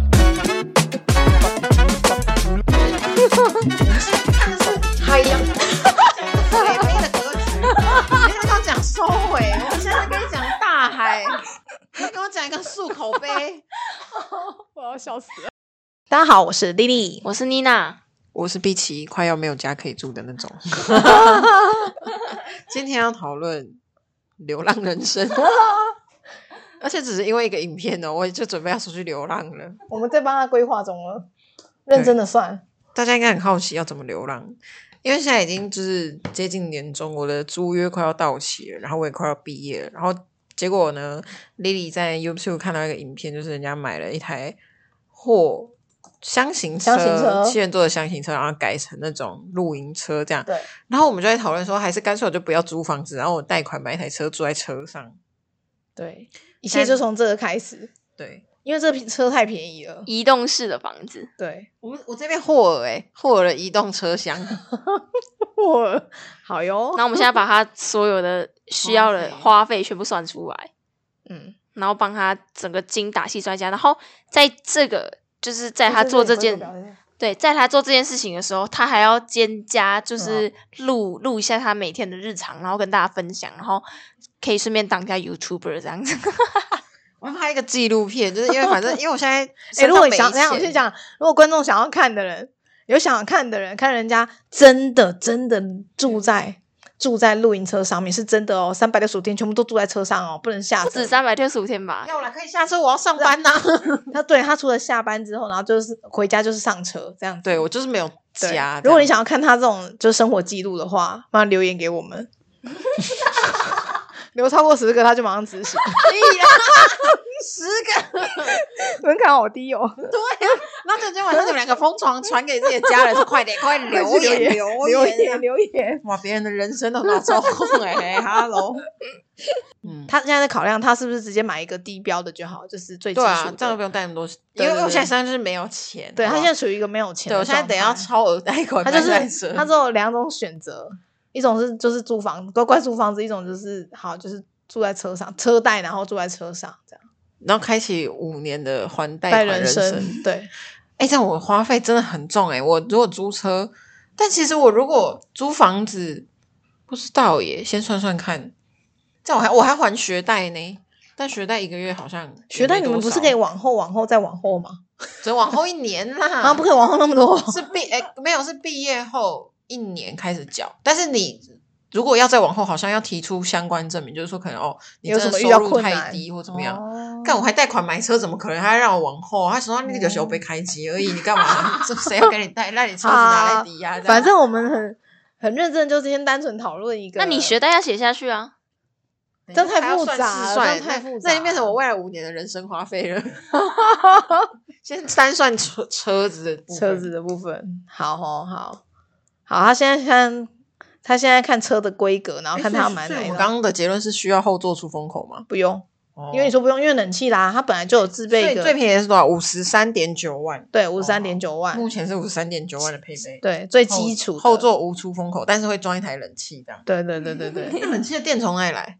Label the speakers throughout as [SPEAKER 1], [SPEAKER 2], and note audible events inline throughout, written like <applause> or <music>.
[SPEAKER 1] <laughs> 一个漱口杯。
[SPEAKER 2] 我要笑死了。
[SPEAKER 1] 大家好，我是丽丽。
[SPEAKER 3] 我是妮娜，
[SPEAKER 4] 我是碧琪，快要没有家可以住的
[SPEAKER 1] <laughs>
[SPEAKER 4] 那种。今天要讨论《流浪人生》，
[SPEAKER 1] <laughs>
[SPEAKER 4] 而且只是因为一个影片哦，我就准备要出去流浪了。
[SPEAKER 2] 我们在帮他规划中了，认真的算。
[SPEAKER 4] 大家应该很好奇要怎么流浪，因为现在已经就是接近年终，我的租约快要到期了，然后我也快要毕业了，然后结果呢，Lily 在 YouTube 看到一个影片，就是人家买了一台货箱型车，
[SPEAKER 2] 箱型车
[SPEAKER 4] 七人座的箱型车，然后改成那种露营车这样，
[SPEAKER 2] 对，
[SPEAKER 4] 然后我们就在讨论说，还是干脆我就不要租房子，然后我贷款买一台车住在车上，
[SPEAKER 2] 对，一切就从这个开始，
[SPEAKER 4] 对。
[SPEAKER 2] 因为这匹车太便宜了。
[SPEAKER 3] 移动式的房
[SPEAKER 2] <laughs>
[SPEAKER 3] 子，
[SPEAKER 2] 对，
[SPEAKER 4] 我们我这边霍尔哎，霍尔的移动车厢， <laughs>
[SPEAKER 2] 我好哟
[SPEAKER 3] 然。后我们现在把他所有的需要的
[SPEAKER 4] 花费
[SPEAKER 3] 花费全部算出来，
[SPEAKER 2] 嗯，
[SPEAKER 3] 然后帮他整个精打细算一下，然后在这个就是在他
[SPEAKER 2] 哦就是
[SPEAKER 3] 做这
[SPEAKER 2] 你会有表
[SPEAKER 3] 件
[SPEAKER 2] 现
[SPEAKER 3] 对，在他做这件事情的时候，他还要兼加就是录录一下他每天的日常，然后跟大家分享，然后可以顺便当一下 YouTuber 这样子。
[SPEAKER 4] 我还拍一个纪录片，就是因为反正因为我现在
[SPEAKER 2] <laughs> 哎、如果你想，
[SPEAKER 4] 这
[SPEAKER 2] 等一下我先，讲，如果观众想要看的人，有想要看的人，看人家真的真的住在住在露营车上面，是真的哦，三百六十五天全部都住在车上哦，不能下
[SPEAKER 3] 不止
[SPEAKER 2] 车。
[SPEAKER 3] 三百六十五天吧？
[SPEAKER 4] 要了可以下车，我要上班呐、
[SPEAKER 2] 他对他除了下班之后，然后就是回家就是上车这样子。
[SPEAKER 4] <laughs> 对我就是没有
[SPEAKER 2] 对
[SPEAKER 4] 家。
[SPEAKER 2] 如果你
[SPEAKER 4] 这样
[SPEAKER 2] 想要看他这种就是生活记录的话，马上留言给我们。 <laughs> 留超过十个，他就马上执行。
[SPEAKER 4] <laughs> 哎十个，
[SPEAKER 2] <laughs> 门槛好低哦，
[SPEAKER 4] 啊那昨天晚上你们两个疯狂传给自己的家人说：“快点， <laughs> 快点留言，留
[SPEAKER 2] 留
[SPEAKER 4] 言
[SPEAKER 2] 言
[SPEAKER 4] 啊！”
[SPEAKER 2] 留言。
[SPEAKER 4] <laughs> 哇，别人的人生都拿走 <laughs> 哎、欸、，Hello，嗯，
[SPEAKER 2] 他现在在考量，他是不是直接买一个低标的就好，就是最基
[SPEAKER 4] 对
[SPEAKER 2] 础
[SPEAKER 4] 啊
[SPEAKER 2] 的，
[SPEAKER 4] 这样不用带那么多，因
[SPEAKER 2] 对
[SPEAKER 4] 为
[SPEAKER 2] 对
[SPEAKER 4] 我现在
[SPEAKER 2] 对
[SPEAKER 4] 身上就是没有钱，
[SPEAKER 2] 对
[SPEAKER 4] 好
[SPEAKER 2] 他
[SPEAKER 4] 不
[SPEAKER 2] 现
[SPEAKER 4] 好
[SPEAKER 2] 在处于一个没有钱
[SPEAKER 4] 对
[SPEAKER 2] 的
[SPEAKER 4] 我
[SPEAKER 2] 状
[SPEAKER 4] 现在
[SPEAKER 2] 态，
[SPEAKER 4] 得要超额贷款
[SPEAKER 2] 他
[SPEAKER 4] 买
[SPEAKER 2] 就
[SPEAKER 4] 那台车，
[SPEAKER 2] 是他只有两种选择，一种是就是租房子，乖乖租房子；一种就是好就是住在车上，车贷然后住在车上这样，
[SPEAKER 4] 然后开启五年的还贷
[SPEAKER 2] 带
[SPEAKER 4] 款
[SPEAKER 2] 人
[SPEAKER 4] 生。
[SPEAKER 2] 生对，
[SPEAKER 4] 哎、这样我花费真的很重哎、我如果租车，但其实我如果租房子，不知道耶，先算算看。这样我还我还还学贷呢，但学贷一个月好像也
[SPEAKER 2] 学贷
[SPEAKER 4] 没
[SPEAKER 2] 你们
[SPEAKER 4] 多
[SPEAKER 2] 不是
[SPEAKER 4] 少
[SPEAKER 2] 可以往后往后再往后吗？
[SPEAKER 4] 只往后一年啦，
[SPEAKER 2] <laughs> 啊，不可以往后那么多，
[SPEAKER 4] 是毕哎、没有是毕业后一年开始缴，但是你如果要再往后，好像要提出相关证明，就是说可能哦，你
[SPEAKER 2] 有
[SPEAKER 4] 真的
[SPEAKER 2] 什么遇到
[SPEAKER 4] 收入
[SPEAKER 2] 困
[SPEAKER 4] 太
[SPEAKER 2] 难
[SPEAKER 4] 低 <laughs> 或怎么样。
[SPEAKER 2] 哦
[SPEAKER 4] 干我还贷款买车，怎么可能？他让我往后，他手上那个九杯开机而已，你干嘛？这 <laughs> 谁要给你贷？那你车子拿来抵押这样？
[SPEAKER 2] 嗯反正我们很很认真，就是先单纯讨论一个。
[SPEAKER 3] 那你学贷要写下去啊，
[SPEAKER 2] 这样太
[SPEAKER 4] 还要
[SPEAKER 2] 复
[SPEAKER 4] 算
[SPEAKER 2] 杂
[SPEAKER 4] 试
[SPEAKER 2] 了
[SPEAKER 4] 算
[SPEAKER 2] 这样太复
[SPEAKER 4] 那
[SPEAKER 2] 杂
[SPEAKER 4] 就变成我未来五年的人生花费
[SPEAKER 2] <laughs>
[SPEAKER 4] 了。先单算车车子的部分哦
[SPEAKER 2] 车子，的部分，好好好好，他现在看他现在看车的规格，然后
[SPEAKER 4] 诶
[SPEAKER 2] 看
[SPEAKER 4] 所
[SPEAKER 2] 他
[SPEAKER 4] 以
[SPEAKER 2] 要买
[SPEAKER 4] 哎所以
[SPEAKER 2] 哪一
[SPEAKER 4] 我
[SPEAKER 2] 个。
[SPEAKER 4] 刚刚的结论是需要后座出风口吗？
[SPEAKER 2] 不用，因为你说不用，因为冷气啦，它本来就有自备
[SPEAKER 4] 最
[SPEAKER 2] 一个
[SPEAKER 4] 最，便宜的是多少？五十三点九万，
[SPEAKER 2] 对，五十三点九万，
[SPEAKER 4] 目前是五十三点九万的配备，
[SPEAKER 2] 对，最
[SPEAKER 4] 后
[SPEAKER 2] 基础的
[SPEAKER 4] 后，座无出风口，但是会装一台冷气这样。
[SPEAKER 2] 对对对对对，
[SPEAKER 4] 哎 <laughs> 那冷气的电从哪里来？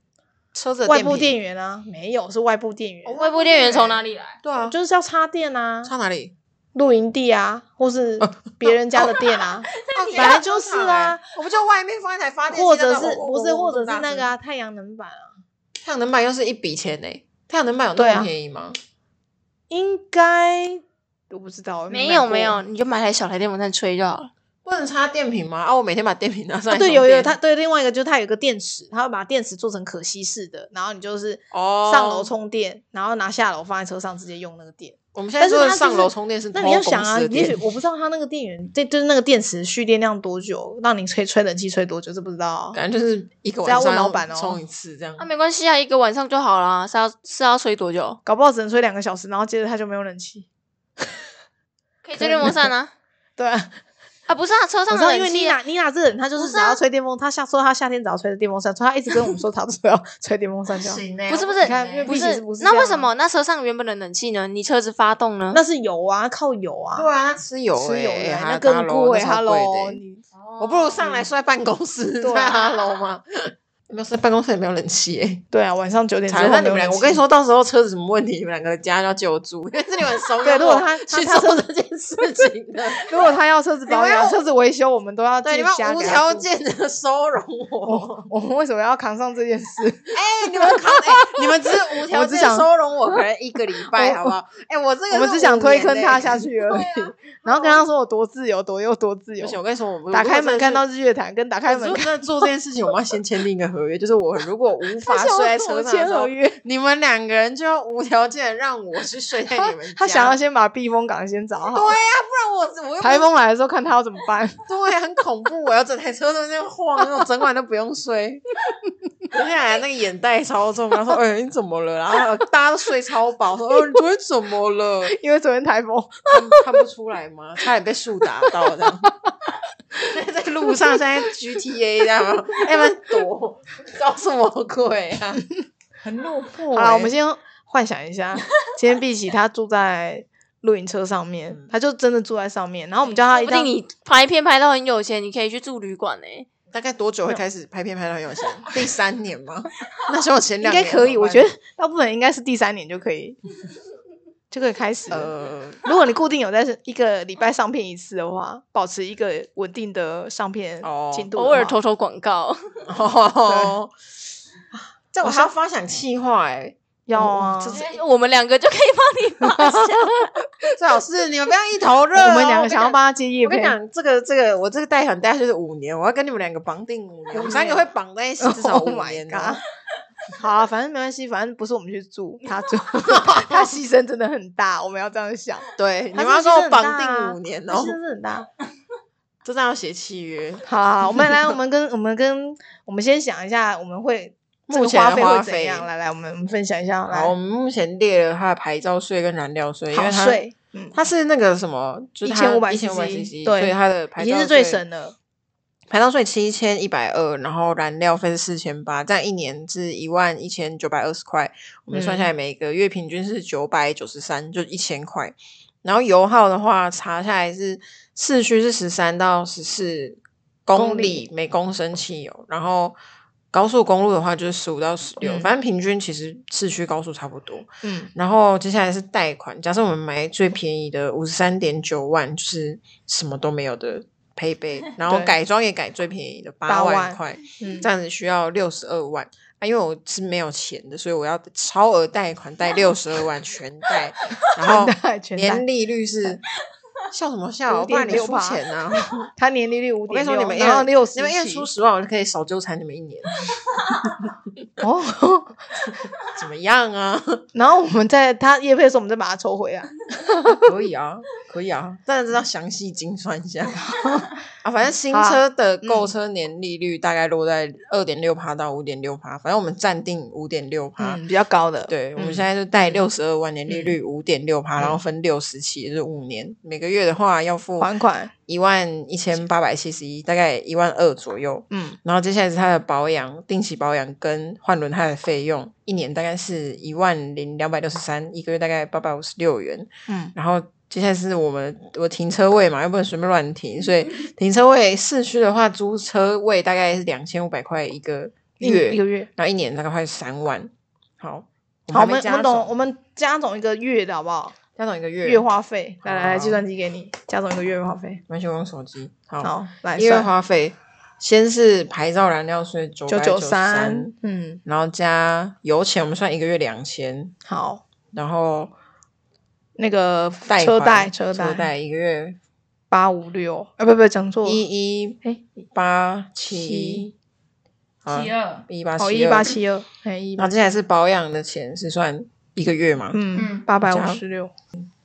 [SPEAKER 4] 车子的
[SPEAKER 2] 外部
[SPEAKER 4] 瓶
[SPEAKER 2] 电源啊，没有，是外部电源，
[SPEAKER 4] 哦
[SPEAKER 3] 外部电源从哪里来？
[SPEAKER 4] 对啊，
[SPEAKER 2] 就是要插电啊，
[SPEAKER 4] 差哪里？
[SPEAKER 2] 露营地啊，或是别人家的
[SPEAKER 4] <laughs>
[SPEAKER 2] 电啊，
[SPEAKER 4] 本
[SPEAKER 2] 本来就是啊，
[SPEAKER 4] 我不就外面放一台发电机，
[SPEAKER 2] 或者
[SPEAKER 4] 在那
[SPEAKER 2] 是
[SPEAKER 4] 嗡嗡
[SPEAKER 2] 不是，
[SPEAKER 4] 嗡嗡
[SPEAKER 2] 或者
[SPEAKER 4] 大
[SPEAKER 2] 是那
[SPEAKER 4] 声
[SPEAKER 2] 个啊，太阳能板啊，
[SPEAKER 4] 太阳能板又是一笔钱呢？太阳能板有
[SPEAKER 2] 对
[SPEAKER 4] 那么
[SPEAKER 2] 啊
[SPEAKER 4] 便宜吗？
[SPEAKER 2] 应该我不知道，
[SPEAKER 3] 没有
[SPEAKER 2] 买过啊
[SPEAKER 3] 没有，你就买台小台电风扇吹就好了。
[SPEAKER 4] 不能插电瓶吗？啊，我每天把电瓶拿上
[SPEAKER 2] 啊，
[SPEAKER 4] 来充电。
[SPEAKER 2] 对，有有，它对另外一个就是它有一个电池，它会把电池做成可吸式的，然后你就是
[SPEAKER 4] 哦
[SPEAKER 2] 上楼充电，然后拿下楼放在车上直接用那个电。
[SPEAKER 4] 我们现在
[SPEAKER 2] 但是
[SPEAKER 4] 说的
[SPEAKER 2] 它
[SPEAKER 4] 上
[SPEAKER 2] 就是
[SPEAKER 4] 楼充电是
[SPEAKER 2] 那你要
[SPEAKER 4] 偷
[SPEAKER 2] 想
[SPEAKER 4] 公
[SPEAKER 2] 啊，
[SPEAKER 4] 司的
[SPEAKER 2] 也许
[SPEAKER 4] 电
[SPEAKER 2] 我不知道它那个电源，这就是那个电池蓄电量多久，让你吹吹冷气吹多久，这不知道啊、
[SPEAKER 4] 感觉就是一个
[SPEAKER 2] 这要
[SPEAKER 4] 晚上
[SPEAKER 2] 问老板哦
[SPEAKER 4] 充一次这样
[SPEAKER 3] 啊，。没关系啊，一个晚上就好啦。是要是要吹多久？
[SPEAKER 2] 搞不好只能吹两个小时，然后接着它就没有冷气。
[SPEAKER 3] 可以吹电风扇啊？
[SPEAKER 2] 对、啊，
[SPEAKER 3] 啊，不是啊，车
[SPEAKER 2] 我
[SPEAKER 3] 上
[SPEAKER 2] 知道，
[SPEAKER 3] 的
[SPEAKER 2] 因为
[SPEAKER 3] 冷
[SPEAKER 2] 妮
[SPEAKER 3] 气
[SPEAKER 2] 娜妮娜这人，她就
[SPEAKER 3] 不
[SPEAKER 2] 是
[SPEAKER 3] 是
[SPEAKER 2] 只要
[SPEAKER 3] 啊
[SPEAKER 2] 吹电风，她夏说她夏天只要吹电风扇，所以她一直跟我们说她只要吹电风扇就好。
[SPEAKER 4] 呢
[SPEAKER 3] 不是不
[SPEAKER 2] 你
[SPEAKER 3] 是
[SPEAKER 2] 看，因为
[SPEAKER 3] 不
[SPEAKER 2] 毕竟是不是
[SPEAKER 3] 那
[SPEAKER 2] 这
[SPEAKER 3] 为
[SPEAKER 2] 样
[SPEAKER 3] 什
[SPEAKER 2] 啊
[SPEAKER 3] 么那车上原本的冷气呢？你车子发动呢？
[SPEAKER 2] <laughs> 那是油啊，靠油啊，
[SPEAKER 4] 对啊，吃油
[SPEAKER 2] 吃油的
[SPEAKER 4] 欸
[SPEAKER 2] 啊、
[SPEAKER 4] 哈
[SPEAKER 2] 那更
[SPEAKER 4] 大楼
[SPEAKER 2] 贵
[SPEAKER 4] 那超
[SPEAKER 2] 哈喽，
[SPEAKER 4] 贵的欸
[SPEAKER 2] 你嗯
[SPEAKER 4] 我不如上来睡在办公室，
[SPEAKER 2] 对
[SPEAKER 4] 在
[SPEAKER 2] 啊
[SPEAKER 4] 哈喽吗？ <laughs> 没有在办公室也没有冷气欸耶、
[SPEAKER 2] 对啊，晚上九点之
[SPEAKER 4] 查
[SPEAKER 2] 后
[SPEAKER 4] 一下
[SPEAKER 2] 没
[SPEAKER 4] 你
[SPEAKER 2] 有
[SPEAKER 4] 们两
[SPEAKER 2] 冷
[SPEAKER 4] 个，
[SPEAKER 2] 气
[SPEAKER 4] 我跟你，说，到时候车子什么问题，你们两个家要救助， <laughs> 因为是你们怂恿
[SPEAKER 2] 对如果
[SPEAKER 4] 我
[SPEAKER 2] 他他
[SPEAKER 4] 去
[SPEAKER 2] 他
[SPEAKER 4] 做这件事 <laughs> 情的，
[SPEAKER 2] <laughs> 如果他要车子保
[SPEAKER 4] 你们
[SPEAKER 2] 养、
[SPEAKER 4] 要
[SPEAKER 2] 车子维修，我们都要
[SPEAKER 4] 对，
[SPEAKER 2] 自
[SPEAKER 4] 你
[SPEAKER 2] 己
[SPEAKER 4] 们
[SPEAKER 2] 加
[SPEAKER 4] 无
[SPEAKER 2] 给他哦
[SPEAKER 4] 条
[SPEAKER 2] 住。 <laughs>
[SPEAKER 4] 件的收容我
[SPEAKER 2] 我。我们为什么要扛上这件事？
[SPEAKER 4] <laughs> 哎、你们扛，哎、你们只是无条
[SPEAKER 2] 我只
[SPEAKER 4] 件
[SPEAKER 2] 想
[SPEAKER 4] 收容我，可能一个礼
[SPEAKER 2] <laughs>
[SPEAKER 4] 拜，好不好？哎、我这个
[SPEAKER 2] 我们
[SPEAKER 4] 是
[SPEAKER 2] 只
[SPEAKER 4] 五
[SPEAKER 2] 想推
[SPEAKER 4] 年
[SPEAKER 2] 坑
[SPEAKER 4] 嘞
[SPEAKER 2] 他下去而已，然后跟他说我多自由，多又多自由
[SPEAKER 4] 不。行，我跟你说，我们
[SPEAKER 2] 打开门看到
[SPEAKER 4] 打
[SPEAKER 2] 日月潭，跟打开门
[SPEAKER 4] 如果真的做这件事情，我们要先签订一个合约，就是我如果无法
[SPEAKER 2] <laughs> 他想
[SPEAKER 4] 睡在
[SPEAKER 2] 要
[SPEAKER 4] 车上
[SPEAKER 2] 跟我
[SPEAKER 4] 的
[SPEAKER 2] 签
[SPEAKER 4] 时
[SPEAKER 2] 合
[SPEAKER 4] 候，
[SPEAKER 2] 约，
[SPEAKER 4] 你们两个人就要无条件地让我去睡在你们家。
[SPEAKER 2] 他想要先把避风港先找好
[SPEAKER 4] 对。不然
[SPEAKER 2] <laughs>
[SPEAKER 4] 我我又不
[SPEAKER 2] 台风来的时候看他要怎么办。 <laughs>
[SPEAKER 4] 对啊，很恐怖，我要整台车都在那样晃，那种整晚都不用睡。 <laughs> 接下来那个眼袋超重，然后说：“哎、你怎么了？”然后大家都睡超饱，说：“哦，你昨天怎么了？”
[SPEAKER 2] 因为昨天台风，
[SPEAKER 4] 看看不出来吗？差点被树打到这样。 <laughs> 在路上，现在 GTA 这样吗，要不然躲，搞什么鬼啊？很落魄
[SPEAKER 2] 好
[SPEAKER 4] 欸
[SPEAKER 2] 啦，我们先幻想一 <laughs> 下，今天碧琪她住在露营车上面
[SPEAKER 4] 嗯，
[SPEAKER 2] 她就真的住在上面，然嗯后我们叫她一
[SPEAKER 3] 说不定
[SPEAKER 2] 定
[SPEAKER 3] 你拍片拍到很有钱，你可以去住旅馆呢、欸
[SPEAKER 4] 大概多久会开始拍片拍到很有钱？第三年吗？ <laughs> 那时候我前
[SPEAKER 2] 应
[SPEAKER 4] 两
[SPEAKER 2] 该
[SPEAKER 4] 年
[SPEAKER 2] 可以，
[SPEAKER 4] 怎么
[SPEAKER 2] 我
[SPEAKER 4] 办
[SPEAKER 2] 觉得大部分应该是第三年就可 <laughs> 以就可以开始了。
[SPEAKER 4] 呃，
[SPEAKER 2] 如果你固定有在一个礼拜上片一次的话，保持一个稳定的上片
[SPEAKER 4] 哦
[SPEAKER 2] 进度的话，
[SPEAKER 3] 偶尔投投广告， <laughs>
[SPEAKER 4] 哦， <laughs> 这我还要发想气话哎，
[SPEAKER 2] 要啊
[SPEAKER 4] 哦，这是
[SPEAKER 3] 我们两个就可以帮你发想。
[SPEAKER 4] 最好是你们不要一头热哦。
[SPEAKER 2] 我们两个想要
[SPEAKER 4] 把。
[SPEAKER 2] 帮她接夜
[SPEAKER 4] 我跟
[SPEAKER 2] 配
[SPEAKER 4] 你，讲，这个这个，我这个贷款贷下去是五年，我要跟你们两个绑定五年，我们三个会绑在一起至少
[SPEAKER 2] <laughs> Oh
[SPEAKER 4] 五
[SPEAKER 2] my
[SPEAKER 4] 年、哦
[SPEAKER 2] God <laughs> 好啊，反正没关系，反正不是我们去住，
[SPEAKER 4] <laughs>
[SPEAKER 2] 她住，她牺牲真的很大，我们要这样想。
[SPEAKER 4] 对，你
[SPEAKER 2] 他
[SPEAKER 4] 们要跟
[SPEAKER 2] 真的是
[SPEAKER 4] 我
[SPEAKER 2] 很
[SPEAKER 4] 绑
[SPEAKER 2] 大啊
[SPEAKER 4] 定五年
[SPEAKER 2] 她
[SPEAKER 4] 哦
[SPEAKER 2] 牺，牲很大。
[SPEAKER 4] 这张要写契约。
[SPEAKER 2] 好啊，我们
[SPEAKER 4] <laughs>
[SPEAKER 2] 来，我们跟我们跟我们先想一下，我们会这
[SPEAKER 4] 目
[SPEAKER 2] 个
[SPEAKER 4] 前
[SPEAKER 2] 花
[SPEAKER 4] 的
[SPEAKER 2] 费
[SPEAKER 4] 花
[SPEAKER 2] 会怎
[SPEAKER 4] 费
[SPEAKER 2] 样？来来，我们分享一下，来
[SPEAKER 4] 好，我们目前列了他的牌照税跟燃料税，因为
[SPEAKER 2] 好
[SPEAKER 4] 他
[SPEAKER 2] 税，嗯，
[SPEAKER 4] 他是那个什么，就是他
[SPEAKER 2] 1500
[SPEAKER 4] 一千五百
[SPEAKER 2] CC
[SPEAKER 4] cc，
[SPEAKER 2] 对
[SPEAKER 4] 所以他的牌
[SPEAKER 2] 已
[SPEAKER 4] 照
[SPEAKER 2] 经
[SPEAKER 4] 税
[SPEAKER 2] 是最省了。
[SPEAKER 4] 牌照税七千一百二，然后燃料费是四千八，这样一年是一万一千九百二十块。我们算
[SPEAKER 2] 嗯
[SPEAKER 4] 下来，每个月平均是九百九十三，就一千块。然后油耗的话，查下来是市区是十三到十四公
[SPEAKER 2] 公
[SPEAKER 4] 里
[SPEAKER 2] 里
[SPEAKER 4] 每公升汽油，然后高速公路的话就是十五到十六、
[SPEAKER 2] 嗯
[SPEAKER 4] 反正平均其实市区高速差不多。
[SPEAKER 2] <laughs> 嗯，
[SPEAKER 4] 然后接下来是贷款，假设我们买最便宜的五十三点九万，就是什么都没有的配
[SPEAKER 2] <laughs>
[SPEAKER 4] 备，然后
[SPEAKER 2] 对
[SPEAKER 4] 改装也改最便宜的八
[SPEAKER 2] 8
[SPEAKER 4] 万
[SPEAKER 2] 万
[SPEAKER 4] 块，
[SPEAKER 2] 嗯
[SPEAKER 4] 这样子需要六十二万。啊，因为我是没有钱的，所以我要超额贷款贷六十二万
[SPEAKER 2] <laughs>
[SPEAKER 4] 全贷，然后
[SPEAKER 2] 全贷
[SPEAKER 4] 哦年利率是笑什么笑？不然你输
[SPEAKER 2] 5.6%
[SPEAKER 4] 钱啊！
[SPEAKER 2] <laughs> 他年利率五
[SPEAKER 4] 我跟你
[SPEAKER 2] 点
[SPEAKER 4] 说，你
[SPEAKER 2] 六，
[SPEAKER 4] 们一
[SPEAKER 2] 然后
[SPEAKER 4] 人
[SPEAKER 2] 六十
[SPEAKER 4] 你们一人
[SPEAKER 2] 起
[SPEAKER 4] 出十万，我就可以少纠缠你们一年，
[SPEAKER 2] 哦，
[SPEAKER 4] 怎么样啊？
[SPEAKER 2] 然后我们在他夜配的时候，我们再把它抽回来。
[SPEAKER 4] <laughs> 可以啊，可以啊，但是要详细精算一
[SPEAKER 2] <laughs>
[SPEAKER 4] 下啊。反正新车的
[SPEAKER 2] 嗯
[SPEAKER 4] 购车年利率大概落在二点六趴到五点六趴，反正我们暂定五点六趴。
[SPEAKER 2] 嗯，比较高的，
[SPEAKER 4] 对，我们
[SPEAKER 2] 嗯
[SPEAKER 4] 现在就贷六十二万，年利率五点六趴，然后分六十期，就是五年。每个月的话要付
[SPEAKER 2] 还款，
[SPEAKER 4] 一万一千八百七十一，大概一万二左右。
[SPEAKER 2] 嗯，
[SPEAKER 4] 然后接下来是它的保养、定期保养跟换轮胎的费用，一年大概是一万零两百六十三，一个月大概八百五十六元。
[SPEAKER 2] 嗯，
[SPEAKER 4] 然后接下来是我们我停车位嘛，又不能随便乱停，所以停车位市区的话，租车位大概是两千五百块一个
[SPEAKER 2] 一
[SPEAKER 4] 月，
[SPEAKER 2] 一个月。
[SPEAKER 4] 然后一年大概快三万。好，
[SPEAKER 2] 好，我
[SPEAKER 4] 还没
[SPEAKER 2] 们我
[SPEAKER 4] 加
[SPEAKER 2] 们懂，
[SPEAKER 4] 总
[SPEAKER 2] 我们加总一个月的好不好？
[SPEAKER 4] 加总一个月
[SPEAKER 2] 月，花费，来来来，
[SPEAKER 4] 好
[SPEAKER 2] 计算机给你，加总一个月花费。
[SPEAKER 4] 没关系，我用手机。好，
[SPEAKER 2] 好，来
[SPEAKER 4] 一个月
[SPEAKER 2] 算
[SPEAKER 4] 花费先是牌照燃料税九
[SPEAKER 2] 九
[SPEAKER 4] 九
[SPEAKER 2] 九
[SPEAKER 4] 三
[SPEAKER 2] 三，，嗯，
[SPEAKER 4] 然后加油钱，我们算一个月两千，
[SPEAKER 2] 好，
[SPEAKER 4] 然后
[SPEAKER 2] 那个
[SPEAKER 4] 贷
[SPEAKER 2] 车贷
[SPEAKER 4] 款
[SPEAKER 2] 车
[SPEAKER 4] 车
[SPEAKER 2] 贷
[SPEAKER 4] 贷一个月
[SPEAKER 2] 八五六，啊不不讲错，
[SPEAKER 4] 一一
[SPEAKER 2] 哎
[SPEAKER 4] 八七啊
[SPEAKER 5] 七二，
[SPEAKER 4] 一八
[SPEAKER 2] 哦
[SPEAKER 4] 七
[SPEAKER 2] 一八，七二，哎一
[SPEAKER 4] 然
[SPEAKER 2] 八
[SPEAKER 4] 后，接下来是保养的钱是算一个月嘛？
[SPEAKER 2] 嗯
[SPEAKER 5] 嗯，
[SPEAKER 2] 八百五十六，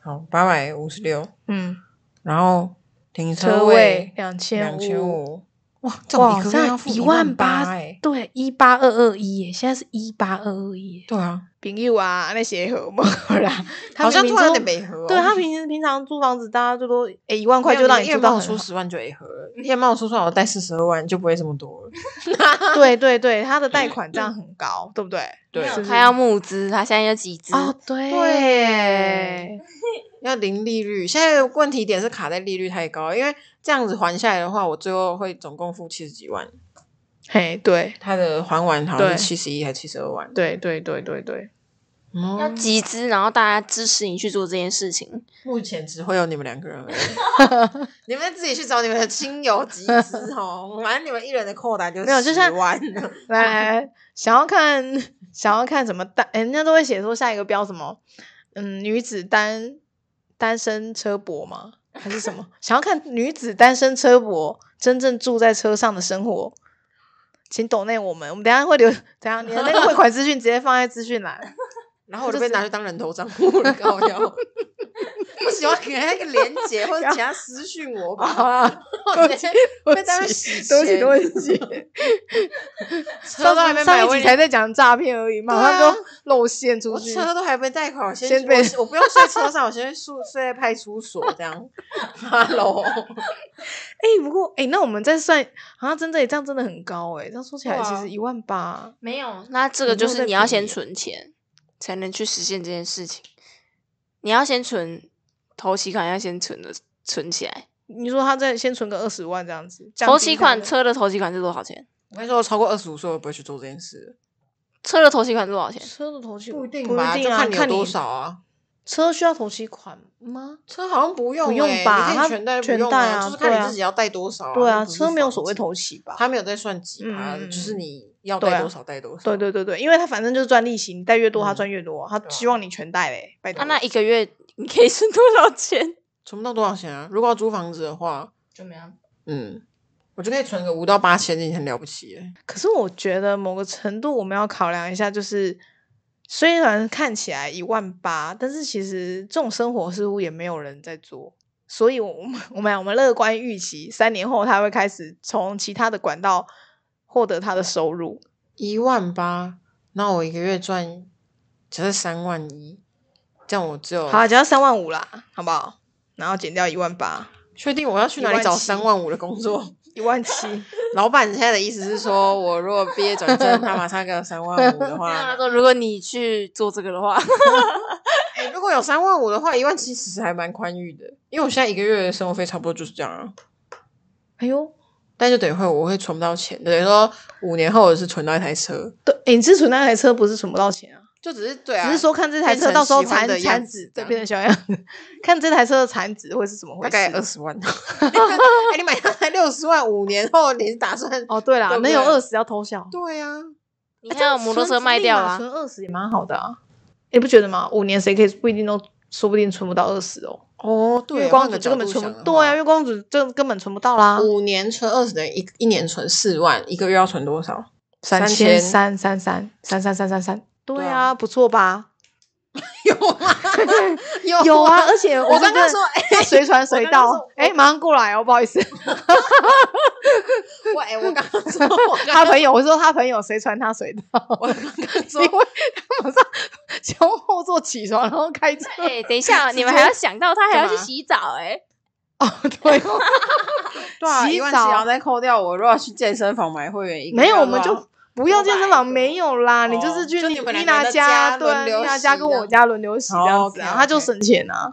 [SPEAKER 4] 好，八百五十六，
[SPEAKER 2] 嗯，
[SPEAKER 4] 然后停
[SPEAKER 2] 车
[SPEAKER 4] 位
[SPEAKER 2] 位两千
[SPEAKER 4] 两千
[SPEAKER 2] 五，
[SPEAKER 4] 五，哇，这种
[SPEAKER 2] 哇，
[SPEAKER 4] 一个
[SPEAKER 2] 现
[SPEAKER 4] 月
[SPEAKER 2] 在
[SPEAKER 4] 要付
[SPEAKER 2] 一
[SPEAKER 4] 万
[SPEAKER 2] 万八
[SPEAKER 4] 哎，，
[SPEAKER 2] 对，一八二二一耶，现在是一八二二一耶。
[SPEAKER 4] 对啊，
[SPEAKER 2] 朋友啊，那些和嘛啦，
[SPEAKER 4] <laughs>
[SPEAKER 2] 他
[SPEAKER 4] 好像
[SPEAKER 2] 明
[SPEAKER 4] 突
[SPEAKER 2] 明
[SPEAKER 4] 然有点
[SPEAKER 2] 租
[SPEAKER 4] 没合哦，
[SPEAKER 2] 对啊他平时平常租房子，大家最多诶一万块
[SPEAKER 4] 没有
[SPEAKER 2] 就让
[SPEAKER 4] 你
[SPEAKER 2] 你
[SPEAKER 4] 们
[SPEAKER 2] 租
[SPEAKER 4] 一人帮
[SPEAKER 2] 到
[SPEAKER 4] 我
[SPEAKER 2] 很
[SPEAKER 4] 出
[SPEAKER 2] 好。
[SPEAKER 4] 十万就 A 合了，一人帮我出算，我贷四十二万就不会这么多了。
[SPEAKER 2] 对对对，他的贷款这 <laughs> 样很高，对不对？
[SPEAKER 4] 对
[SPEAKER 2] 是不是
[SPEAKER 3] 他要募资，他现在要集资。
[SPEAKER 2] 哦，对
[SPEAKER 4] 对，要零利率。现在问题点是卡在利率太高，因为这样子还下来的话，我最后会总共付七十几万。
[SPEAKER 2] 嘿，对
[SPEAKER 4] 他的还完好像
[SPEAKER 2] 对
[SPEAKER 4] 是七十一还七十二万，
[SPEAKER 2] 对对对对对，
[SPEAKER 4] 嗯
[SPEAKER 3] 要集资，然后大家支持你去做这件事情。
[SPEAKER 4] 目前只会有你们两个人而
[SPEAKER 2] <laughs>
[SPEAKER 4] 已，你们自己去找你们的亲友集资哦。反正你们一人的扣打就是
[SPEAKER 2] 没有就像
[SPEAKER 4] 10万，
[SPEAKER 2] 来来来，想要看想要看什么单，诶人家都会写说下一个标什么，嗯，女子单单身车泊吗？还是什么？想要看女子单身车泊真正住在车上的生活，请抖内我们，我们等一下会留，等一下你的那个汇款资讯直接放在资讯栏。
[SPEAKER 4] 然后我就被拿去当人头账户了，高腰。
[SPEAKER 2] <laughs>
[SPEAKER 4] 我喜欢给那个连接或者其他私讯我
[SPEAKER 2] <laughs>
[SPEAKER 4] 吧，
[SPEAKER 2] 啊，
[SPEAKER 4] 我直接
[SPEAKER 2] 对
[SPEAKER 4] 被
[SPEAKER 2] 不
[SPEAKER 4] 大家
[SPEAKER 2] 起
[SPEAKER 4] 洗
[SPEAKER 2] 对不起，
[SPEAKER 4] 钱
[SPEAKER 2] 对不起，
[SPEAKER 4] <laughs> 车都还
[SPEAKER 2] 上
[SPEAKER 4] 没
[SPEAKER 2] 次
[SPEAKER 4] 买
[SPEAKER 2] 上一
[SPEAKER 4] 我
[SPEAKER 2] 集
[SPEAKER 4] 也
[SPEAKER 2] 才在讲诈骗而已，马
[SPEAKER 4] 对
[SPEAKER 2] 上
[SPEAKER 4] 啊
[SPEAKER 2] 都露馅出
[SPEAKER 4] 我
[SPEAKER 2] 去。
[SPEAKER 4] 车都还没贷款，我先
[SPEAKER 2] 先
[SPEAKER 4] 我
[SPEAKER 2] 被
[SPEAKER 4] 我不用睡车上，我先睡 <laughs> 睡在派出所这样。Hello，
[SPEAKER 2] 哎、不过哎、那我们再算，好像真的也这样真的很高哎、这样说起来
[SPEAKER 4] 对
[SPEAKER 2] 其
[SPEAKER 4] 啊
[SPEAKER 2] 实一万八，
[SPEAKER 3] 没有，那这个
[SPEAKER 4] 你没
[SPEAKER 3] 就
[SPEAKER 4] 有
[SPEAKER 3] 是
[SPEAKER 4] 在
[SPEAKER 3] 你要
[SPEAKER 4] 比
[SPEAKER 3] 先
[SPEAKER 4] 耶
[SPEAKER 3] 存钱，才能去实现这件事情。你要先存，头期款要先存的存起来。
[SPEAKER 2] 你说他再先存个二十万这样子，降
[SPEAKER 3] 头
[SPEAKER 2] 低
[SPEAKER 3] 期
[SPEAKER 2] 他
[SPEAKER 3] 款
[SPEAKER 2] 的
[SPEAKER 3] 车的头期款是多少钱？
[SPEAKER 4] 我跟你说，我超过二十五岁，我不会去做这件事。
[SPEAKER 3] 车的头期款是多少钱？
[SPEAKER 2] 车的头期
[SPEAKER 4] 不一定
[SPEAKER 2] 不
[SPEAKER 4] 吧，
[SPEAKER 2] 一定
[SPEAKER 4] 就
[SPEAKER 2] 啊，
[SPEAKER 4] 看你有
[SPEAKER 2] 看
[SPEAKER 4] 多少啊。
[SPEAKER 2] 车需要头期款吗？
[SPEAKER 4] 车好像不用、欸，
[SPEAKER 2] 不用
[SPEAKER 4] 你
[SPEAKER 2] 吧
[SPEAKER 4] 可以
[SPEAKER 2] 它
[SPEAKER 4] 全贷不
[SPEAKER 2] 全
[SPEAKER 4] 用
[SPEAKER 2] 贷
[SPEAKER 4] 啊，
[SPEAKER 2] 啊
[SPEAKER 4] 就是看
[SPEAKER 2] 对
[SPEAKER 4] 你
[SPEAKER 2] 啊
[SPEAKER 4] 自己要贷多少、
[SPEAKER 2] 对啊，
[SPEAKER 4] 又不是
[SPEAKER 2] 车没有
[SPEAKER 4] 房
[SPEAKER 2] 所谓
[SPEAKER 4] 子
[SPEAKER 2] 头期吧？
[SPEAKER 4] 他没有在算几趴、
[SPEAKER 2] 嗯
[SPEAKER 4] 就是你要
[SPEAKER 2] 对
[SPEAKER 4] 贷
[SPEAKER 2] 啊
[SPEAKER 4] 多少贷多少。
[SPEAKER 2] 对对对对，因为他反正就是赚利息，你贷越多他
[SPEAKER 4] 嗯
[SPEAKER 2] 赚越多，他
[SPEAKER 4] 对啊啊
[SPEAKER 2] 希望你全贷嘞，拜
[SPEAKER 3] 他、
[SPEAKER 2] 托。
[SPEAKER 3] 啊那一个月你可以存多少钱？
[SPEAKER 4] 存不到多少钱啊？如果要租房子的话，
[SPEAKER 3] 怎么样？
[SPEAKER 4] 嗯，我就可以存个五到八千，已经很了不起了。
[SPEAKER 2] 可是我觉得某个程度我们要考量一下，就是虽然看起来一万八，但是其实这种生活似乎也没有人在做，所以我们我们我们乐观预期，三年后他会开始从其他的管道获得他的收入。
[SPEAKER 4] 一万八，那我一个月赚假设三万一，这样我只有
[SPEAKER 2] 好啊，只要三万五啦，好不好？然后减掉一万八，
[SPEAKER 4] 确定我要去哪里找三万五的工作？ <laughs>
[SPEAKER 2] 一万七，
[SPEAKER 4] 老板现在的意思是说，我如果毕业转正，他马上给我三万五的
[SPEAKER 3] 他
[SPEAKER 4] 话，
[SPEAKER 3] 说，如果你去做这个的
[SPEAKER 4] <laughs>
[SPEAKER 3] 话，
[SPEAKER 4] 哎、如果有三万五的话，一万七其实还蛮宽裕的，因为我现在一个月的生活费差不多就是这样啊。
[SPEAKER 2] 哎呦，
[SPEAKER 4] 但就等于会我会存不到钱，等于说五年后我是存到一台车，
[SPEAKER 2] 对，诶你是存那台车不是存不到钱啊？
[SPEAKER 4] 就只是对啊，
[SPEAKER 2] 只是说看这台
[SPEAKER 4] 变
[SPEAKER 2] 车
[SPEAKER 4] 成
[SPEAKER 2] 到时候
[SPEAKER 4] 喜欢
[SPEAKER 2] 产
[SPEAKER 4] 的样
[SPEAKER 2] 产
[SPEAKER 4] 子
[SPEAKER 2] 值，
[SPEAKER 4] 这
[SPEAKER 2] 对，
[SPEAKER 4] 样
[SPEAKER 2] 变成小样子， <laughs> 看这台车的产值会是怎么回
[SPEAKER 4] 大
[SPEAKER 2] 事？啊
[SPEAKER 4] 概二十万。 <laughs> 哎，你买它才六十万，五年后你是打算？
[SPEAKER 2] <laughs> 哦，对啦，
[SPEAKER 4] 对不
[SPEAKER 2] 能有
[SPEAKER 4] 对
[SPEAKER 2] 二十要偷笑，
[SPEAKER 4] 对啊，
[SPEAKER 3] 你看我摩托车卖掉啊，
[SPEAKER 2] 存二十也蛮好的啊，你不觉得吗？五年谁可以不一定都，说不定存不到二十哦。
[SPEAKER 4] 哦，对，
[SPEAKER 2] 月光
[SPEAKER 4] 换
[SPEAKER 2] 族
[SPEAKER 4] 个角
[SPEAKER 2] 这根本
[SPEAKER 4] 度
[SPEAKER 2] 存
[SPEAKER 4] 想
[SPEAKER 2] 不，
[SPEAKER 4] 的
[SPEAKER 2] 对啊，
[SPEAKER 4] 话
[SPEAKER 2] 月光族这根本存不到啦，
[SPEAKER 4] 五年存二十等于一一年存四万，一个月要存多少？三
[SPEAKER 2] 千三三三三三三三三，对
[SPEAKER 4] 对
[SPEAKER 2] 啊，
[SPEAKER 4] 啊
[SPEAKER 2] 不错
[SPEAKER 4] <laughs>
[SPEAKER 2] 吧？
[SPEAKER 4] 有吗？有
[SPEAKER 2] 有啊，而且
[SPEAKER 4] <laughs> 我
[SPEAKER 2] 真
[SPEAKER 4] 刚
[SPEAKER 2] 的
[SPEAKER 4] 刚说，哎，
[SPEAKER 2] 要 <laughs> 随传随
[SPEAKER 4] 刚刚说
[SPEAKER 2] 到，哎，马上过来哦，不好意思，
[SPEAKER 4] 我哎，我刚刚说，我刚
[SPEAKER 2] 他朋友，我说他朋友谁传他
[SPEAKER 4] <laughs>
[SPEAKER 2] 谁到，
[SPEAKER 4] 我刚刚
[SPEAKER 2] 因
[SPEAKER 4] 说
[SPEAKER 2] 为他马上从后座起床，然后开车，
[SPEAKER 3] 哎、等一下，你们还要想到他还要去
[SPEAKER 4] 干嘛
[SPEAKER 3] 洗澡、哎，
[SPEAKER 2] 哦，对哦。
[SPEAKER 4] <laughs> 对啊，
[SPEAKER 2] 洗
[SPEAKER 4] 一万七，
[SPEAKER 2] 澡
[SPEAKER 4] 然后再扣掉我如果要去健身房买会员，一个
[SPEAKER 2] 没有，
[SPEAKER 4] 月
[SPEAKER 2] 我们
[SPEAKER 4] 多少
[SPEAKER 2] 就不要健身房，
[SPEAKER 4] 多
[SPEAKER 2] 没有啦，
[SPEAKER 4] 哦
[SPEAKER 2] 你就是去
[SPEAKER 4] 就
[SPEAKER 2] 丽
[SPEAKER 4] 你们
[SPEAKER 2] 丽
[SPEAKER 4] 两
[SPEAKER 2] 娜
[SPEAKER 4] 个家
[SPEAKER 2] 对啊，
[SPEAKER 4] 轮流
[SPEAKER 2] 丽娜
[SPEAKER 4] 洗
[SPEAKER 2] 家跟
[SPEAKER 4] 这样
[SPEAKER 2] 我家轮流洗这样子
[SPEAKER 4] 哦
[SPEAKER 2] 啊，
[SPEAKER 4] ，OK，OK
[SPEAKER 2] 他就省钱啊。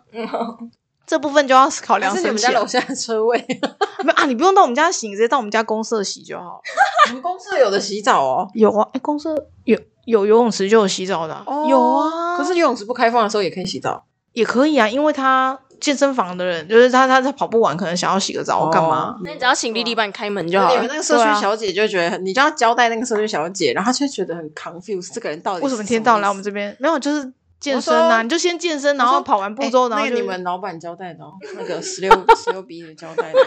[SPEAKER 2] 这部分就要考量
[SPEAKER 4] 还是你
[SPEAKER 2] 省
[SPEAKER 4] 们家
[SPEAKER 2] 钱啊
[SPEAKER 4] 楼，下的车位， <laughs>
[SPEAKER 2] 没有啊，你不用到我们家洗，你直接到我们家公社洗就好了。
[SPEAKER 4] 我们公司有的洗澡哦。
[SPEAKER 2] 有啊，哎，公社有有游泳池就有洗澡的啊，
[SPEAKER 4] 哦
[SPEAKER 2] 有啊，
[SPEAKER 4] 可是游泳池不开放的时候也可以洗澡。
[SPEAKER 2] 也可以啊，因为他健身房的人就是他他他跑步完可能想要洗个澡
[SPEAKER 4] 哦
[SPEAKER 2] 干嘛？
[SPEAKER 3] 那你只要请丽丽帮你开门就好
[SPEAKER 4] 你们
[SPEAKER 3] 了。
[SPEAKER 4] 那个社区
[SPEAKER 2] 对啊
[SPEAKER 4] 小姐就会觉得很，你就要交代那个社区小姐，然后她就觉得很 confused，这个人到底
[SPEAKER 2] 为
[SPEAKER 4] 是
[SPEAKER 2] 什
[SPEAKER 4] 么
[SPEAKER 2] 么天到晚来我们
[SPEAKER 4] 这？
[SPEAKER 2] 这边没有？就是健
[SPEAKER 4] 我说
[SPEAKER 2] 身啊，你就先健身，然
[SPEAKER 4] 我
[SPEAKER 2] 后
[SPEAKER 4] 说哎
[SPEAKER 2] 跑完步之后，然
[SPEAKER 4] 那
[SPEAKER 2] 后
[SPEAKER 4] 个
[SPEAKER 2] 就
[SPEAKER 4] 你们老板交代的哦，那个十六十六 B 的交代的哦，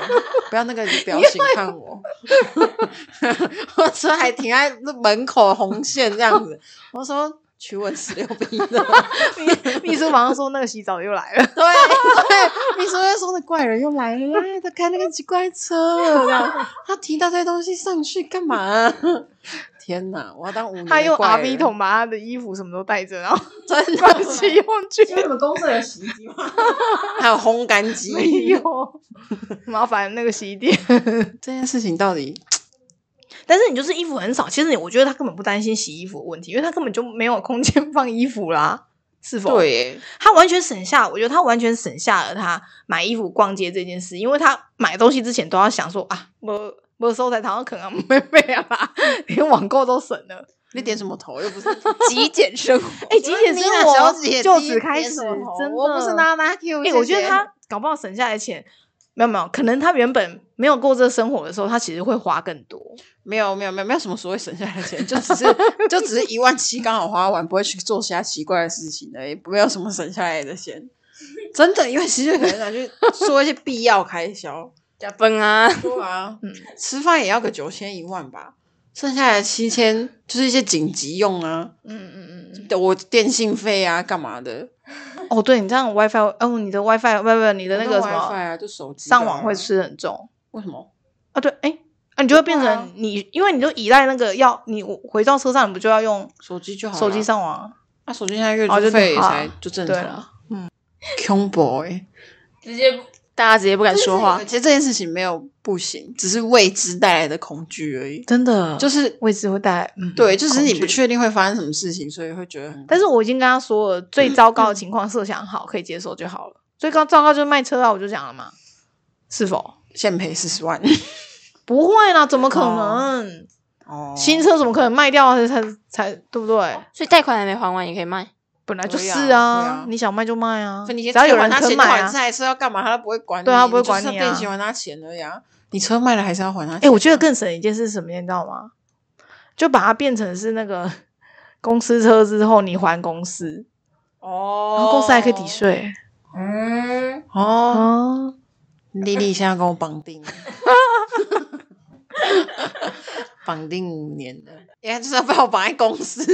[SPEAKER 4] 不要那
[SPEAKER 2] <laughs>
[SPEAKER 4] 个表情看我， <laughs> 我车还停在门口红线这样子，我说去问十六 B 的。
[SPEAKER 2] <laughs>
[SPEAKER 4] <laughs>
[SPEAKER 2] 秘书马上说那个洗澡又来了。
[SPEAKER 4] 对对，你说会说的怪人又来了，哎，他开那个奇怪车了，这样他提到这些东西上去干嘛、 <laughs> 天哪，我要当五年的
[SPEAKER 2] 他用
[SPEAKER 4] 怪
[SPEAKER 2] RV
[SPEAKER 4] 人
[SPEAKER 2] 桶，把他的衣服什么都带着，然 <laughs> 后
[SPEAKER 4] 真
[SPEAKER 2] 放
[SPEAKER 4] 的，
[SPEAKER 2] 弃用具
[SPEAKER 4] 你们公司有洗衣机吗？还有烘干机，
[SPEAKER 2] 没有，麻烦那个洗衣店。 <laughs>
[SPEAKER 4] 这件事情到底
[SPEAKER 2] 但是你就是衣服很少，其实你我觉得他根本不担心洗衣服的问题，因为他根本就没有空间 <laughs> 放衣服啦，是否？，
[SPEAKER 4] 对
[SPEAKER 2] 他完全省下，我觉得他完全省下了他买衣服、逛街这件事，因为他买东西之前都要想说啊，我没有收才糖，可能没没啦，连网购都省了。
[SPEAKER 4] 你点什么头？又不 <laughs> 是
[SPEAKER 3] 极简生活。
[SPEAKER 2] 哎、极简生
[SPEAKER 4] 你哪
[SPEAKER 2] 活
[SPEAKER 4] 小姐
[SPEAKER 2] 就
[SPEAKER 4] 你
[SPEAKER 2] 此开
[SPEAKER 4] 点
[SPEAKER 2] 始，
[SPEAKER 4] 什么头
[SPEAKER 2] 真的。
[SPEAKER 4] 我不是娜娜 Q。
[SPEAKER 2] 哎、我觉得他搞不好省下来钱，没有没有，可能他原本没有过这生活的时候，他其实会花更多。
[SPEAKER 4] 没有没有没有没有什么所谓省下来的钱，就只是就只是一万七刚好花完，不会去做其他奇怪的事情而已，没有什么省下来的钱。真的，因为其实可能拿去做一些必要开销，
[SPEAKER 3] 加分啊！
[SPEAKER 4] 对啊，
[SPEAKER 2] 嗯
[SPEAKER 4] 吃饭也要个九千一万吧，剩下的七千就是一些紧急用啊，
[SPEAKER 2] 嗯嗯嗯
[SPEAKER 4] 我电信费啊，干嘛的？
[SPEAKER 2] 嗯。哦，对你这样 WiFi，哦，你的 WiFi，不不，你的那
[SPEAKER 4] 我
[SPEAKER 2] 个
[SPEAKER 4] 都 WiFi
[SPEAKER 2] 什么
[SPEAKER 4] 啊，就手机的啊
[SPEAKER 2] 上网会吃很重
[SPEAKER 4] 为什么？
[SPEAKER 2] 啊？对，哎、啊，你就会变
[SPEAKER 4] 对啊
[SPEAKER 2] 成你，因为你就依赖那个要你回到车上，你不就要用
[SPEAKER 4] 手机就好了，
[SPEAKER 2] 手机上网啊？
[SPEAKER 4] 那、手机现在月
[SPEAKER 2] 哦
[SPEAKER 4] 租
[SPEAKER 2] 就
[SPEAKER 4] 费也
[SPEAKER 2] 好
[SPEAKER 4] 才就正
[SPEAKER 2] 对啊
[SPEAKER 4] 常，
[SPEAKER 2] 了
[SPEAKER 4] 嗯，combo 哎、
[SPEAKER 3] 直接大家直接不敢说话，
[SPEAKER 4] 其实这件事情没有不行，只是未知带来的恐惧而已。
[SPEAKER 2] 真的，
[SPEAKER 4] 就是是
[SPEAKER 2] 位置会带来，嗯，
[SPEAKER 4] 对，就是你
[SPEAKER 2] 恐
[SPEAKER 4] 不
[SPEAKER 2] 惧。
[SPEAKER 4] 确定会发生什么事情，所以会觉得很。
[SPEAKER 2] 但是我已经跟他说了，最糟
[SPEAKER 4] 嗯
[SPEAKER 2] 糕的情况设想好，可以接受就好了。最高糟糕就是卖车啊，我就讲了嘛，是否？
[SPEAKER 4] 现赔四
[SPEAKER 2] <laughs>
[SPEAKER 4] 十万
[SPEAKER 2] 不会啦，怎么可
[SPEAKER 4] 哦
[SPEAKER 2] 能？
[SPEAKER 4] 哦
[SPEAKER 2] 新车怎么可能卖掉啊才才才对不对？
[SPEAKER 3] 所以贷款还没还完也可以卖。
[SPEAKER 2] 本来就
[SPEAKER 4] 对
[SPEAKER 2] 是
[SPEAKER 4] 呀对呀
[SPEAKER 2] 你想卖就卖啊，
[SPEAKER 4] 你
[SPEAKER 2] 只要有人
[SPEAKER 4] 拿
[SPEAKER 2] 肯
[SPEAKER 4] 钱
[SPEAKER 2] 买
[SPEAKER 4] 款
[SPEAKER 2] 啊
[SPEAKER 4] 这。台车要干嘛，他都不会管你。
[SPEAKER 2] 对啊不会管
[SPEAKER 4] 你就是
[SPEAKER 2] 你
[SPEAKER 4] 要
[SPEAKER 2] 啊
[SPEAKER 4] 变形还他钱而已啊。你车卖了还是要还他钱啊？
[SPEAKER 2] 哎，我觉得更省一件事是什么，你知道吗？就把它变成是那个 <laughs> 公司车之后你还公司，
[SPEAKER 4] 哦，
[SPEAKER 2] 然后公司还可以抵税
[SPEAKER 3] 嗯，
[SPEAKER 4] 哦。
[SPEAKER 2] 哦。
[SPEAKER 4] 丽丽现在跟我绑定，绑定五年了，因为就是要被我绑在公司，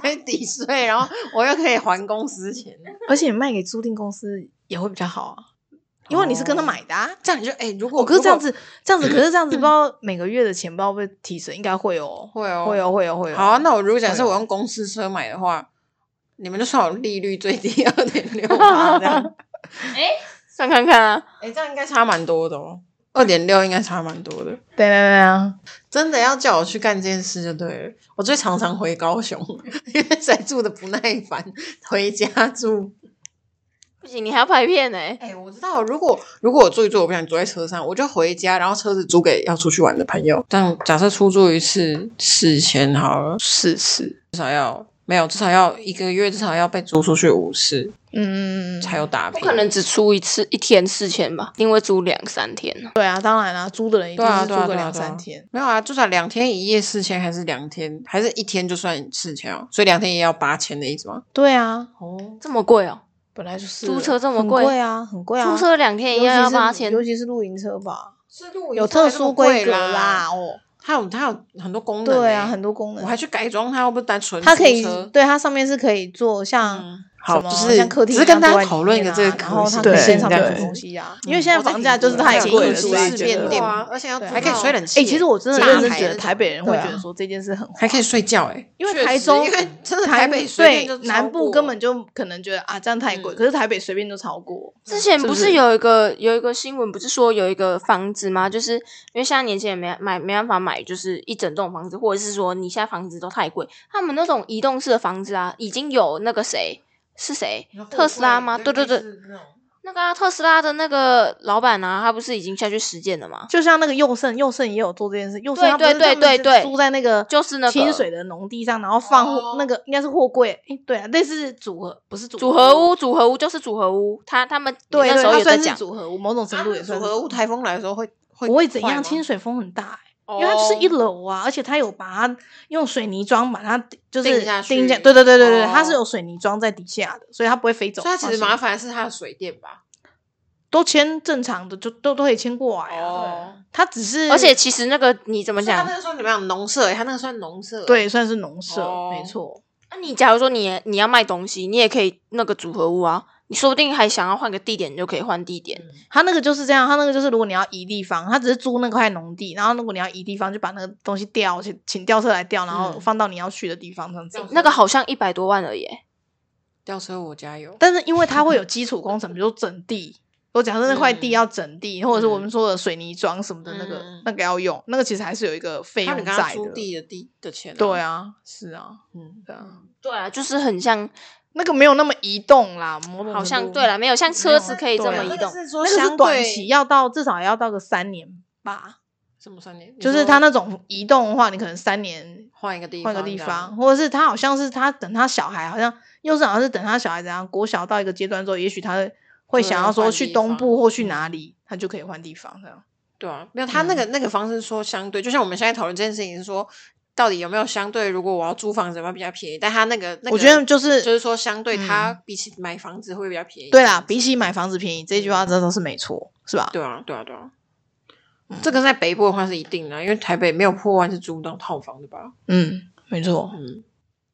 [SPEAKER 4] 可以抵税，然后我又可以还公司钱。
[SPEAKER 2] 而且你卖给租赁公司也会比较好啊，因为你是跟他买的啊。
[SPEAKER 4] 这样你就哎、如果嗯
[SPEAKER 2] 我可是这样
[SPEAKER 4] 哦如
[SPEAKER 2] 子，这样子，可是这样子，不知道每个月的钱不知道会不会提升，应该会哦，
[SPEAKER 4] 果会哦
[SPEAKER 2] 会
[SPEAKER 4] 哦。
[SPEAKER 2] 哦，会哦，会哦。
[SPEAKER 4] 好、啊，那我如果假设
[SPEAKER 2] 会哦
[SPEAKER 4] 我用公司车买的话，你们就算我利率最低二点六八这样，
[SPEAKER 2] 哎
[SPEAKER 3] 算看看啊，
[SPEAKER 4] 哎、这样应该差蛮多的哦。二点六应该差蛮多的，
[SPEAKER 2] 对对对啊，
[SPEAKER 4] 真的要叫我去干这件事就对了。我最常常回高雄， <laughs> 因为实在住的不耐烦，回家住
[SPEAKER 3] 不行，你还要拍片呢、
[SPEAKER 4] 哎、我知道，如果如果我住一住，我不想坐在车上，我就回家，然后车子租给要出去玩的朋友。但假设出租一次四千好了，
[SPEAKER 2] 是是，
[SPEAKER 4] 没有，至少要一个月，至少要被租出去五次
[SPEAKER 2] 嗯，
[SPEAKER 4] 才有打
[SPEAKER 3] 不
[SPEAKER 4] 平。
[SPEAKER 3] 可能只出一次一天四千吧，因为租两三天。
[SPEAKER 2] 对啊，当然啦、租的人一定
[SPEAKER 4] 对啊
[SPEAKER 2] 是租
[SPEAKER 4] 对啊
[SPEAKER 2] 个
[SPEAKER 4] 对啊
[SPEAKER 2] 两
[SPEAKER 4] 对啊
[SPEAKER 2] 三天。
[SPEAKER 4] 没有啊，至少两天一夜四千，还是两天，还是一天就算四千哦，所以两天也要八千的意思吗？
[SPEAKER 2] 对啊，
[SPEAKER 4] 哦，
[SPEAKER 3] 这么贵哦、
[SPEAKER 2] 本来就是
[SPEAKER 3] 租
[SPEAKER 2] 了
[SPEAKER 3] 车这么
[SPEAKER 2] 很
[SPEAKER 3] 贵
[SPEAKER 2] 贵啊，很贵啊。
[SPEAKER 3] 租车两天
[SPEAKER 2] 尤
[SPEAKER 3] 一样
[SPEAKER 2] 其
[SPEAKER 3] 要
[SPEAKER 2] 是
[SPEAKER 3] 八千，
[SPEAKER 2] 尤其是露营车吧，
[SPEAKER 4] 是露
[SPEAKER 2] 有特殊规格啦。
[SPEAKER 4] 啦，
[SPEAKER 2] 哦，
[SPEAKER 4] 它有它有很多功能、
[SPEAKER 2] 对啊，
[SPEAKER 4] 欸
[SPEAKER 2] 很多功能
[SPEAKER 4] 我还，去改装它，又不是单纯
[SPEAKER 2] 它可以
[SPEAKER 4] 租车
[SPEAKER 2] 对它上面是可以做像。
[SPEAKER 4] 嗯，好，
[SPEAKER 2] 什么
[SPEAKER 4] 就是
[SPEAKER 2] 像客厅一
[SPEAKER 4] 只
[SPEAKER 2] 样
[SPEAKER 4] 是跟大
[SPEAKER 2] 坐
[SPEAKER 4] 家
[SPEAKER 2] 在
[SPEAKER 4] 讨
[SPEAKER 2] 里
[SPEAKER 4] 论一
[SPEAKER 2] 面
[SPEAKER 4] 个
[SPEAKER 2] 啊
[SPEAKER 4] 这个
[SPEAKER 2] 然
[SPEAKER 4] 可
[SPEAKER 2] 后
[SPEAKER 4] 行性
[SPEAKER 2] 它可以
[SPEAKER 4] 这样
[SPEAKER 2] 现场
[SPEAKER 4] 子
[SPEAKER 2] 煮东西啊，
[SPEAKER 4] 嗯
[SPEAKER 2] 因为现在房价就是太
[SPEAKER 4] 还
[SPEAKER 2] 贵
[SPEAKER 4] 有
[SPEAKER 2] 了，
[SPEAKER 4] 住
[SPEAKER 2] 所以
[SPEAKER 4] 市
[SPEAKER 2] 觉
[SPEAKER 4] 面
[SPEAKER 2] 得
[SPEAKER 4] 店
[SPEAKER 2] 哎、
[SPEAKER 4] 嘛，而且要
[SPEAKER 2] 对
[SPEAKER 4] 还可以睡冷气耶，
[SPEAKER 2] 哎其实我真的
[SPEAKER 4] 炸
[SPEAKER 2] 认真
[SPEAKER 4] 开
[SPEAKER 2] 觉
[SPEAKER 4] 的
[SPEAKER 2] 得
[SPEAKER 4] 那
[SPEAKER 2] 台北人会对觉啊得说这件事很划
[SPEAKER 4] 还可以睡觉哎，
[SPEAKER 2] 因为
[SPEAKER 4] 确
[SPEAKER 2] 台
[SPEAKER 4] 实
[SPEAKER 2] 中
[SPEAKER 4] 因为真的
[SPEAKER 2] 台
[SPEAKER 4] 台北随
[SPEAKER 2] 对
[SPEAKER 4] 便就超
[SPEAKER 2] 南部
[SPEAKER 4] 过
[SPEAKER 2] 根本就可能觉得啊，这样太
[SPEAKER 4] 嗯
[SPEAKER 2] 贵，可是台北随便就超过。
[SPEAKER 3] 之前不
[SPEAKER 4] 是
[SPEAKER 3] 是有一个有一个新闻，不是说有一个房子吗？就是因为现在年轻人没买没办法买，就是一整栋房子，或者是说你现在房子都太贵，他们那种移动式的房子啊，已经有那个谁是谁特斯拉吗？对对对，，那个、啊、特斯拉的那个老板啊，他不是已经下去实践了吗？
[SPEAKER 2] 就像那个佑胜，佑胜也有做这件事。佑胜他不
[SPEAKER 3] 对
[SPEAKER 2] 是他
[SPEAKER 3] 对
[SPEAKER 2] 们
[SPEAKER 3] 对
[SPEAKER 2] 是
[SPEAKER 3] 对
[SPEAKER 2] 住在那个
[SPEAKER 3] 就是那个
[SPEAKER 2] 清水的农地上，然后放货
[SPEAKER 4] 哦
[SPEAKER 2] 那个应该是货柜，诶对啊，类似组合不是组
[SPEAKER 3] 组合，屋，组合屋就是组合屋，他他们
[SPEAKER 2] 对，
[SPEAKER 3] 那
[SPEAKER 2] 对
[SPEAKER 3] 时候
[SPEAKER 2] 它
[SPEAKER 3] 有在
[SPEAKER 2] 算是
[SPEAKER 3] 讲，
[SPEAKER 2] 组合屋，某种程
[SPEAKER 4] 它
[SPEAKER 2] 度
[SPEAKER 4] 们
[SPEAKER 2] 也
[SPEAKER 4] 啊组
[SPEAKER 2] 算
[SPEAKER 4] 合物台风来的时候会会
[SPEAKER 2] 不会怎
[SPEAKER 4] 坏吗
[SPEAKER 2] 样，清水风很大、因为它就是一
[SPEAKER 4] 哦
[SPEAKER 2] 楼啊，而且它有把它用水泥桩把它就是
[SPEAKER 4] 钉下去
[SPEAKER 2] 钉对对对对对，
[SPEAKER 4] 哦
[SPEAKER 2] 它是有水泥桩在底下的，所以它不会飞走。
[SPEAKER 4] 所以它其
[SPEAKER 2] 放
[SPEAKER 4] 实
[SPEAKER 2] 心
[SPEAKER 4] 麻烦的是它的水电吧？
[SPEAKER 2] 都签正常的，就都都可以签过来啊。
[SPEAKER 4] 哦，
[SPEAKER 2] 它只是
[SPEAKER 3] 而且其实那个你怎么
[SPEAKER 4] 我
[SPEAKER 3] 讲
[SPEAKER 4] 它那？个算怎么样？农舍欸，它那个算农舍欸。
[SPEAKER 2] 对算是农舍，
[SPEAKER 4] 哦
[SPEAKER 2] 没错。
[SPEAKER 3] 那啊你假如说你你要卖东西，你也可以那个组合屋啊，你说不定还想要换个地点，你就可以换地点。
[SPEAKER 2] 它那个就是这样，它那个就是如果你要移地方，它只是租那块农地，然后如果你要移地方，就把那个东西吊，请请吊车来吊，然后
[SPEAKER 4] 嗯
[SPEAKER 2] 放到你要去的地方这样子。
[SPEAKER 4] 吊车
[SPEAKER 3] 那个好像一百多万而已耶，
[SPEAKER 4] 吊车我加油。
[SPEAKER 2] 但是因为它会有基础工程，比如说整地。我假设那块地要整地，或者是我们说的水泥桩什么的，那个、
[SPEAKER 4] 嗯
[SPEAKER 2] 那个要用，那个其实还是有一个费
[SPEAKER 4] 他
[SPEAKER 2] 用
[SPEAKER 4] 们刚刚
[SPEAKER 2] 在
[SPEAKER 4] 租
[SPEAKER 2] 的。
[SPEAKER 4] 地的地的钱，
[SPEAKER 2] 对，啊，是啊，
[SPEAKER 4] 嗯，
[SPEAKER 2] 对啊，
[SPEAKER 3] 对啊，就是很像，
[SPEAKER 2] 那个没有那么移动啦，某种程
[SPEAKER 3] 好像
[SPEAKER 2] 度
[SPEAKER 3] 对了，没有像车子可以这
[SPEAKER 2] 对啊
[SPEAKER 3] 么移动。
[SPEAKER 4] 是说
[SPEAKER 2] 那个
[SPEAKER 4] 相
[SPEAKER 2] 是短
[SPEAKER 4] 对
[SPEAKER 2] 期，要到至少要到个三年吧。
[SPEAKER 4] 什么三年？
[SPEAKER 2] 就是他那种移动的话，你可能三年
[SPEAKER 4] 换一个地
[SPEAKER 2] 换个
[SPEAKER 4] 方
[SPEAKER 2] 地
[SPEAKER 4] 这
[SPEAKER 2] 方，
[SPEAKER 4] 样
[SPEAKER 2] 或者是他好像是他等他小孩，好像幼稚园好像是等他小孩怎样，国小到一个阶段之后，也许他会
[SPEAKER 4] 就
[SPEAKER 2] 想
[SPEAKER 4] 要
[SPEAKER 2] 要说
[SPEAKER 4] 换
[SPEAKER 2] 去
[SPEAKER 4] 地
[SPEAKER 2] 东
[SPEAKER 4] 方嗯
[SPEAKER 2] 部或去哪里，他就可以换地方这样。
[SPEAKER 4] 对啊，没有
[SPEAKER 2] 嗯
[SPEAKER 4] 他那个、那个方式说相对，就像我们现在讨论这件事情是说，到底有没有相对？如果我要租房子，有没有比较便宜？但他那个，那个、
[SPEAKER 2] 我觉得就是
[SPEAKER 4] 就是说，相对他
[SPEAKER 2] 嗯
[SPEAKER 4] 比起买房子会比较便宜。
[SPEAKER 2] 对
[SPEAKER 4] 这
[SPEAKER 2] 啦，
[SPEAKER 4] 样子
[SPEAKER 2] 比起买房子便宜，这句话真的是没错，是吧？
[SPEAKER 4] 对啊，对啊，对啊，
[SPEAKER 2] 嗯
[SPEAKER 4] 这个在北部的话是一定的，因为台北没有破万是租不到套房的吧？
[SPEAKER 2] 嗯，没错。
[SPEAKER 4] 嗯，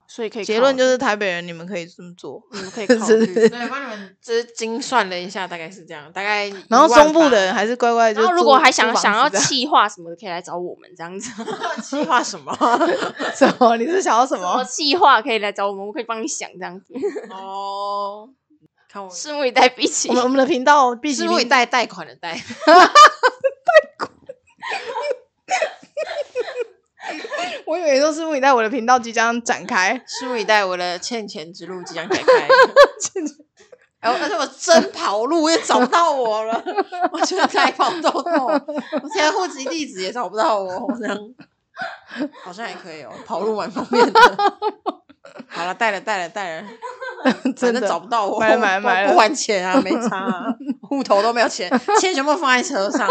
[SPEAKER 3] 所以可以
[SPEAKER 2] 结论
[SPEAKER 3] 考
[SPEAKER 2] 就是台北人，你们可以这么做。
[SPEAKER 3] 你们可以
[SPEAKER 2] 是
[SPEAKER 3] 考
[SPEAKER 2] <laughs>
[SPEAKER 3] 虑。
[SPEAKER 4] 对，帮你们只是精算了一下，大概是这样，大概。
[SPEAKER 2] 然后中部的人，还是乖乖就
[SPEAKER 3] 然后
[SPEAKER 2] 租。
[SPEAKER 3] 如果还想
[SPEAKER 2] 租房
[SPEAKER 3] 想要
[SPEAKER 2] 子这样
[SPEAKER 3] 气化什么的，可以来找我们这样
[SPEAKER 2] <laughs>
[SPEAKER 3] 子。
[SPEAKER 4] <laughs> 计划什么？
[SPEAKER 2] 啊什么？你是想要什
[SPEAKER 3] 什么
[SPEAKER 2] 么？
[SPEAKER 3] 气化可以来找我们，我可以帮你想这样子。
[SPEAKER 4] 哦，看我
[SPEAKER 3] 拭目以待，毕竟
[SPEAKER 2] 我们我们的频道必须
[SPEAKER 4] 是为贷贷款的贷，
[SPEAKER 2] 我以为说拭目以待，我的频道即将展
[SPEAKER 4] <laughs>
[SPEAKER 2] 开。
[SPEAKER 4] 拭目以待，我的欠钱之路即将展
[SPEAKER 2] <laughs>
[SPEAKER 4] 开。哎，我而且我真跑路也找不到我了， <laughs> 我觉得太跑豆豆，我现在户籍地址也找不到我，这样好像也可以哦，跑路蛮方便的。好了，带了带了带了，
[SPEAKER 2] <laughs> 真
[SPEAKER 4] 反
[SPEAKER 2] 的
[SPEAKER 4] 正找不到我，
[SPEAKER 2] 买了买了
[SPEAKER 4] 不
[SPEAKER 2] 买了
[SPEAKER 4] 不还钱啊，没差、啊，户头都没有钱，钱全部放在车上，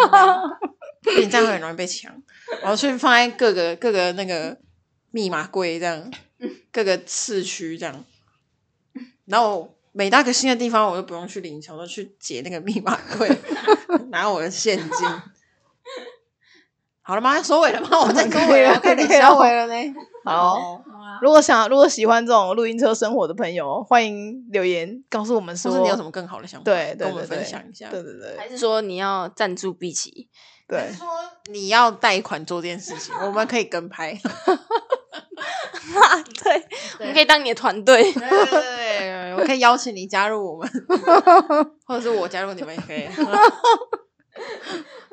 [SPEAKER 4] 你这样会很容易被抢。然后去放在各个各个那个密码柜这样，各个市区这样。然后每到一个新的地方，我就不用去领钱，我都去解那个密码柜，拿我的现金。好了吗？收尾了吗？我在收尾啊
[SPEAKER 2] 啊
[SPEAKER 4] 了，我看你
[SPEAKER 2] 可以了
[SPEAKER 4] 收尾了呢。
[SPEAKER 2] 好，如果想如果喜欢这种录音车生活的朋友，欢迎留言告诉我们
[SPEAKER 4] 就
[SPEAKER 2] 说
[SPEAKER 4] 是你有什么更好的想法，
[SPEAKER 2] 对
[SPEAKER 4] 跟
[SPEAKER 2] 对
[SPEAKER 4] 我
[SPEAKER 2] 对
[SPEAKER 4] 们分
[SPEAKER 2] 对
[SPEAKER 4] 享一下。
[SPEAKER 2] 对对对
[SPEAKER 3] 还是说你要赞助碧琪？
[SPEAKER 2] 对，
[SPEAKER 4] 说你要贷款做这件事情，我们可以跟拍。
[SPEAKER 3] 啊，对，我们可以当你的团队。
[SPEAKER 4] 对对对，我可以邀请你加入我
[SPEAKER 2] <laughs>
[SPEAKER 4] 们，或者是我加入你们也可以。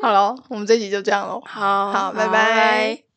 [SPEAKER 2] 好了，我们这集就这样喽。
[SPEAKER 3] 好
[SPEAKER 2] 好拜
[SPEAKER 3] 拜
[SPEAKER 2] 拜